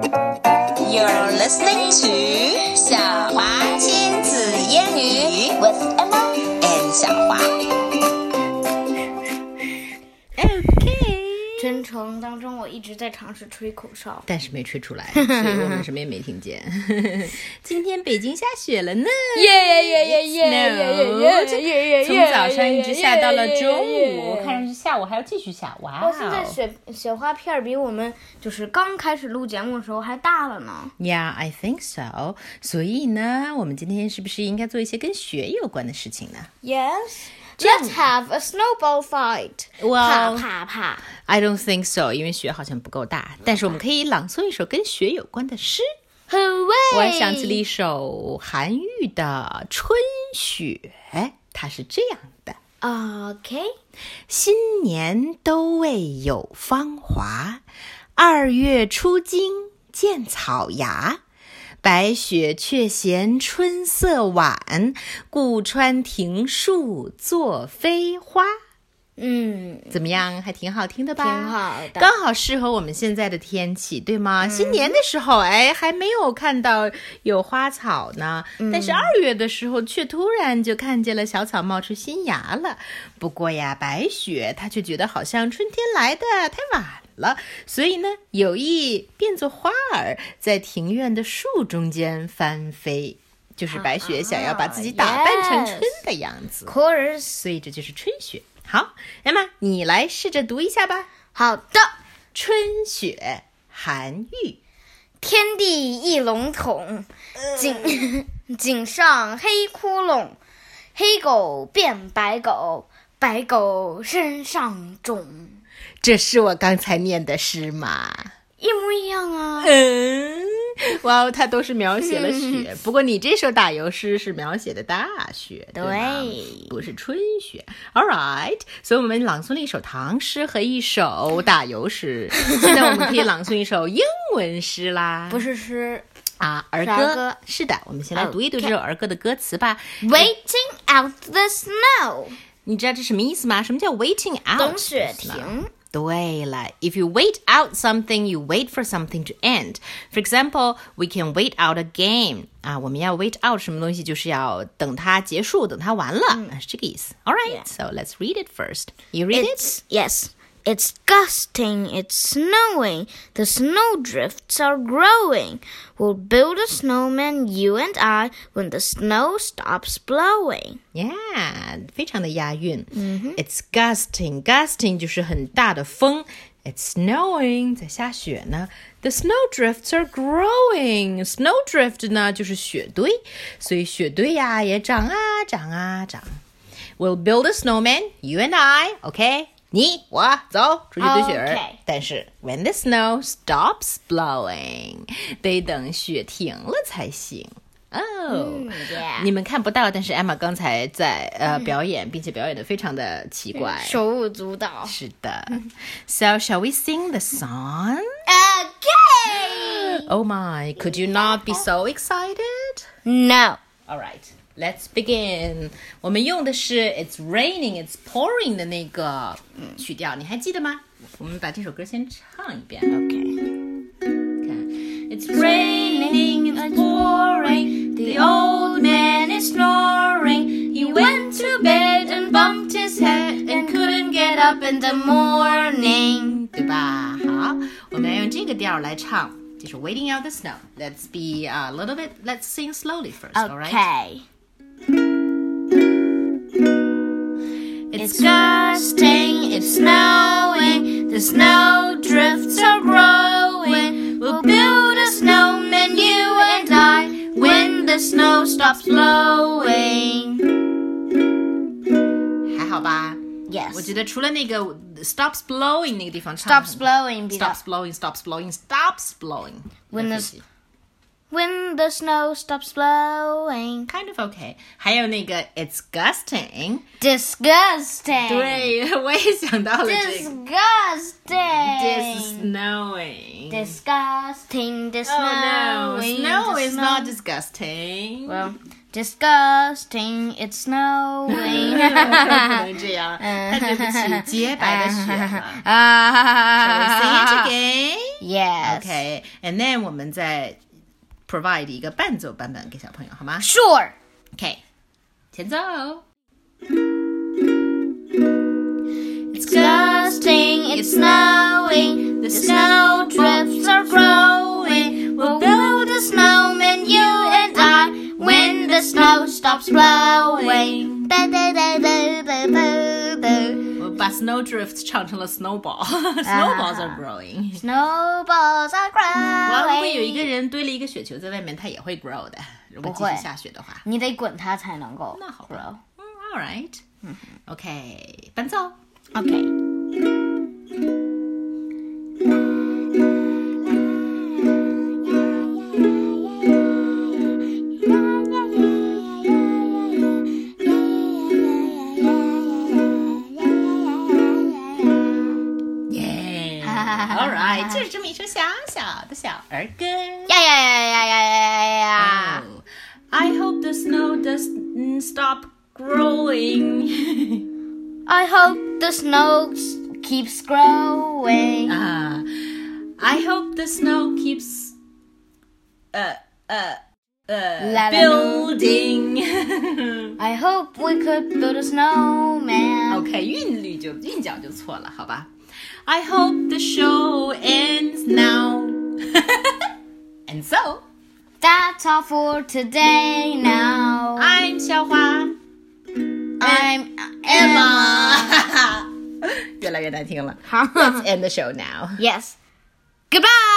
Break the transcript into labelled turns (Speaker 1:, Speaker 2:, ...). Speaker 1: You're listening to 小华亲子英语 with Emma and 小华。
Speaker 2: OK，
Speaker 3: 真诚当中，我一直在尝试吹口哨。
Speaker 2: 但是没吹出来，所以我们什么也没听见。 今天北京下雪了呢，
Speaker 3: 耶耶耶耶耶耶耶耶耶！
Speaker 2: 从早上一直下到了中午，看上去下午还要继续下。哇
Speaker 3: 哇，
Speaker 2: 哦！
Speaker 3: 现在雪雪花片儿比我们就是刚开始录节目的时候还大了呢。
Speaker 2: Yeah, I think so。所以呢，我们今天是不是应该做一些跟雪有关的事情呢
Speaker 3: Yes, let's have a snowball fight. 啪
Speaker 2: Well-
Speaker 3: 啪啪！
Speaker 2: ？I don't think so，因为雪好像不够大。但是我们可以朗诵一首跟雪有关的诗。
Speaker 3: Hooray！
Speaker 2: 我想起了一首韩愈的《春雪》，它是这样的。
Speaker 3: OK，
Speaker 2: 新年都未有芳华，二月初惊见草芽。白雪却嫌春色晚，故穿庭树作飞花。
Speaker 3: 嗯，
Speaker 2: 怎么样？还挺好听的吧？
Speaker 3: 挺好的
Speaker 2: 刚好适合我们现在的天气，对吗？新年的时候，哎，还没有看到有花草呢，但是二月的时候，却突然就看见了小草冒出新芽了。不过呀，白雪她却觉得好像春天来的太晚了，所以呢，有意变作花儿，在庭院的树中间翻飞。就是白雪想要把自己打扮成春的样子
Speaker 3: c o u r s e
Speaker 2: 所以这就是春雪。好，Emma，你来试着读一下吧。
Speaker 3: 好的。
Speaker 2: 春雪，韩愈。
Speaker 3: 天地一笼统，井 井上黑窟窿，黑狗变白狗，白狗身上肿，
Speaker 2: 这是我刚才念的诗吗？
Speaker 3: 一模一样啊！
Speaker 2: 嗯，哇，它都是描写了雪。不过你这首打油诗是描写的大雪，对吗
Speaker 3: 对
Speaker 2: 不是春雪。All right，所以我们朗诵了一首唐诗和一首打油诗。现在我们可以朗诵一首英文诗 啦。
Speaker 3: 不是诗
Speaker 2: 啊，儿
Speaker 3: 是
Speaker 2: 歌。
Speaker 3: 儿歌
Speaker 2: 是的，我们先来读一读这首儿歌的歌词吧。
Speaker 3: ，Waiting out the snow，
Speaker 2: 你知道这什么意思吗？什么叫 waiting out？
Speaker 3: 等雪
Speaker 2: 是吗
Speaker 3: 停。
Speaker 2: 对了，if you wait out something, you wait for something to end. For example, we can wait out a game. 啊，我们要 wait out 什么东西，就是要等它结束，等它完了，啊是这个意思。All
Speaker 3: Yeah.
Speaker 2: right, so let's read it first. You read it?
Speaker 3: It's yes. It's gusting, it's snowing, the snowdrifts are growing. We'll build a snowman, you and I, when the snow stops blowing.
Speaker 2: Yeah，非常的押韵。It's gusting，gusting 就是很大的风。It's snowing，在下雪呢。The snowdrifts are growing。Snowdrift 呢就是雪堆，所以雪堆呀、也长啊长啊长。We'll build a snowman, you and I. OK，你我走出去堆雪人。
Speaker 3: OK
Speaker 2: 但是 when the snow stops blowing，得等雪停了才行。哦、
Speaker 3: yeah
Speaker 2: 你们看不到，但是 Emma 刚才在呃表演，并且表演的非常的奇怪。
Speaker 3: 手舞足蹈。
Speaker 2: 是的，So shall we sing the song?
Speaker 3: Okay.
Speaker 2: Oh my, could you not be so excited?
Speaker 3: No.
Speaker 2: All right, let's begin. 我们用的是 "It's raining, it's pouring" 的那个曲调，你还记得吗？我们把这首歌先唱一遍。
Speaker 3: Okay.
Speaker 2: It's raining, it's pouring. The old man is snoring. He went to bed and bumped his head and couldn't get up in the morning. 对吧？好，我们来用这个调儿来唱，就是 Waiting Out the Snow. Let's be a little bit. Let's sing slowly first. All right.
Speaker 3: Okay.
Speaker 2: It's gusting, it's snowing, the snow drifts are growing. We'll build a snowman, you and I, when the snow stops blowing. 还好吧？
Speaker 3: Yes.
Speaker 2: 我觉得除了那个 stops blowing 那个地方唱
Speaker 3: Stops blowing. be
Speaker 2: stops blowing stops blowing stops blowing
Speaker 3: When the-
Speaker 2: 对不起
Speaker 3: When the snow stops blowing.
Speaker 2: kind of okay，还有那个 it's gusting，
Speaker 3: Disgusting.
Speaker 2: 对我也想到了这个 it's
Speaker 3: Disgusting.
Speaker 2: snowing。
Speaker 3: Disgusting. The
Speaker 2: Oh no,
Speaker 3: snowing,
Speaker 2: snow
Speaker 3: the
Speaker 2: is
Speaker 3: snow-
Speaker 2: not disgusting.
Speaker 3: Well, Disgusting, it's snowing.
Speaker 2: 不能这样，太对不起，洁白的雪了。Shall we
Speaker 3: Ah,
Speaker 2: sing it again?
Speaker 3: yes.
Speaker 2: Okay, and then 我们再 provide 一个伴奏版本给小朋友，好吗
Speaker 3: Sure.
Speaker 2: ？Okay，前奏。
Speaker 3: It's disgusting, it's snowing, the snowdrifts are growing. We'll build a snowman, you and I, when the snow stops blowing. Ba, ba, ba, ba, ba, ba, ba.
Speaker 2: 我把 snowdrifts 唱成了 snowball，snowballs are growing。
Speaker 3: Snowballs are 啊
Speaker 2: 哇，如果有一
Speaker 3: growing.
Speaker 2: 个人堆了一个雪球在外面，它也会 grow 的。如果继
Speaker 3: 不会
Speaker 2: 续下雪的话，
Speaker 3: 你得滚它才能够
Speaker 2: 那好
Speaker 3: grow. 嗯
Speaker 2: 吧。嗯，all right，OK，伴奏。
Speaker 3: Okay.
Speaker 2: Yeah. All right，就是这么一首小小的小儿歌。
Speaker 3: Yeah, yeah, yeah, yeah, yeah, yeah, yeah, yeah.
Speaker 2: Oh, I hope the snow doesn't stop growing.
Speaker 3: I hope the snow s- keeps growing.
Speaker 2: Ah, I hope the snow keeps uh uh
Speaker 3: La la la.
Speaker 2: uh building.
Speaker 3: I hope we could build a snowman.
Speaker 2: OK，韵律就韵脚就错了，好吧？I hope the show ends now. And so
Speaker 3: That's all for today now.
Speaker 2: I'm 小花
Speaker 3: I'm Emma.
Speaker 2: Emma，越来越难听了。
Speaker 3: Huh.
Speaker 2: End the show now.
Speaker 3: yes. Goodbye.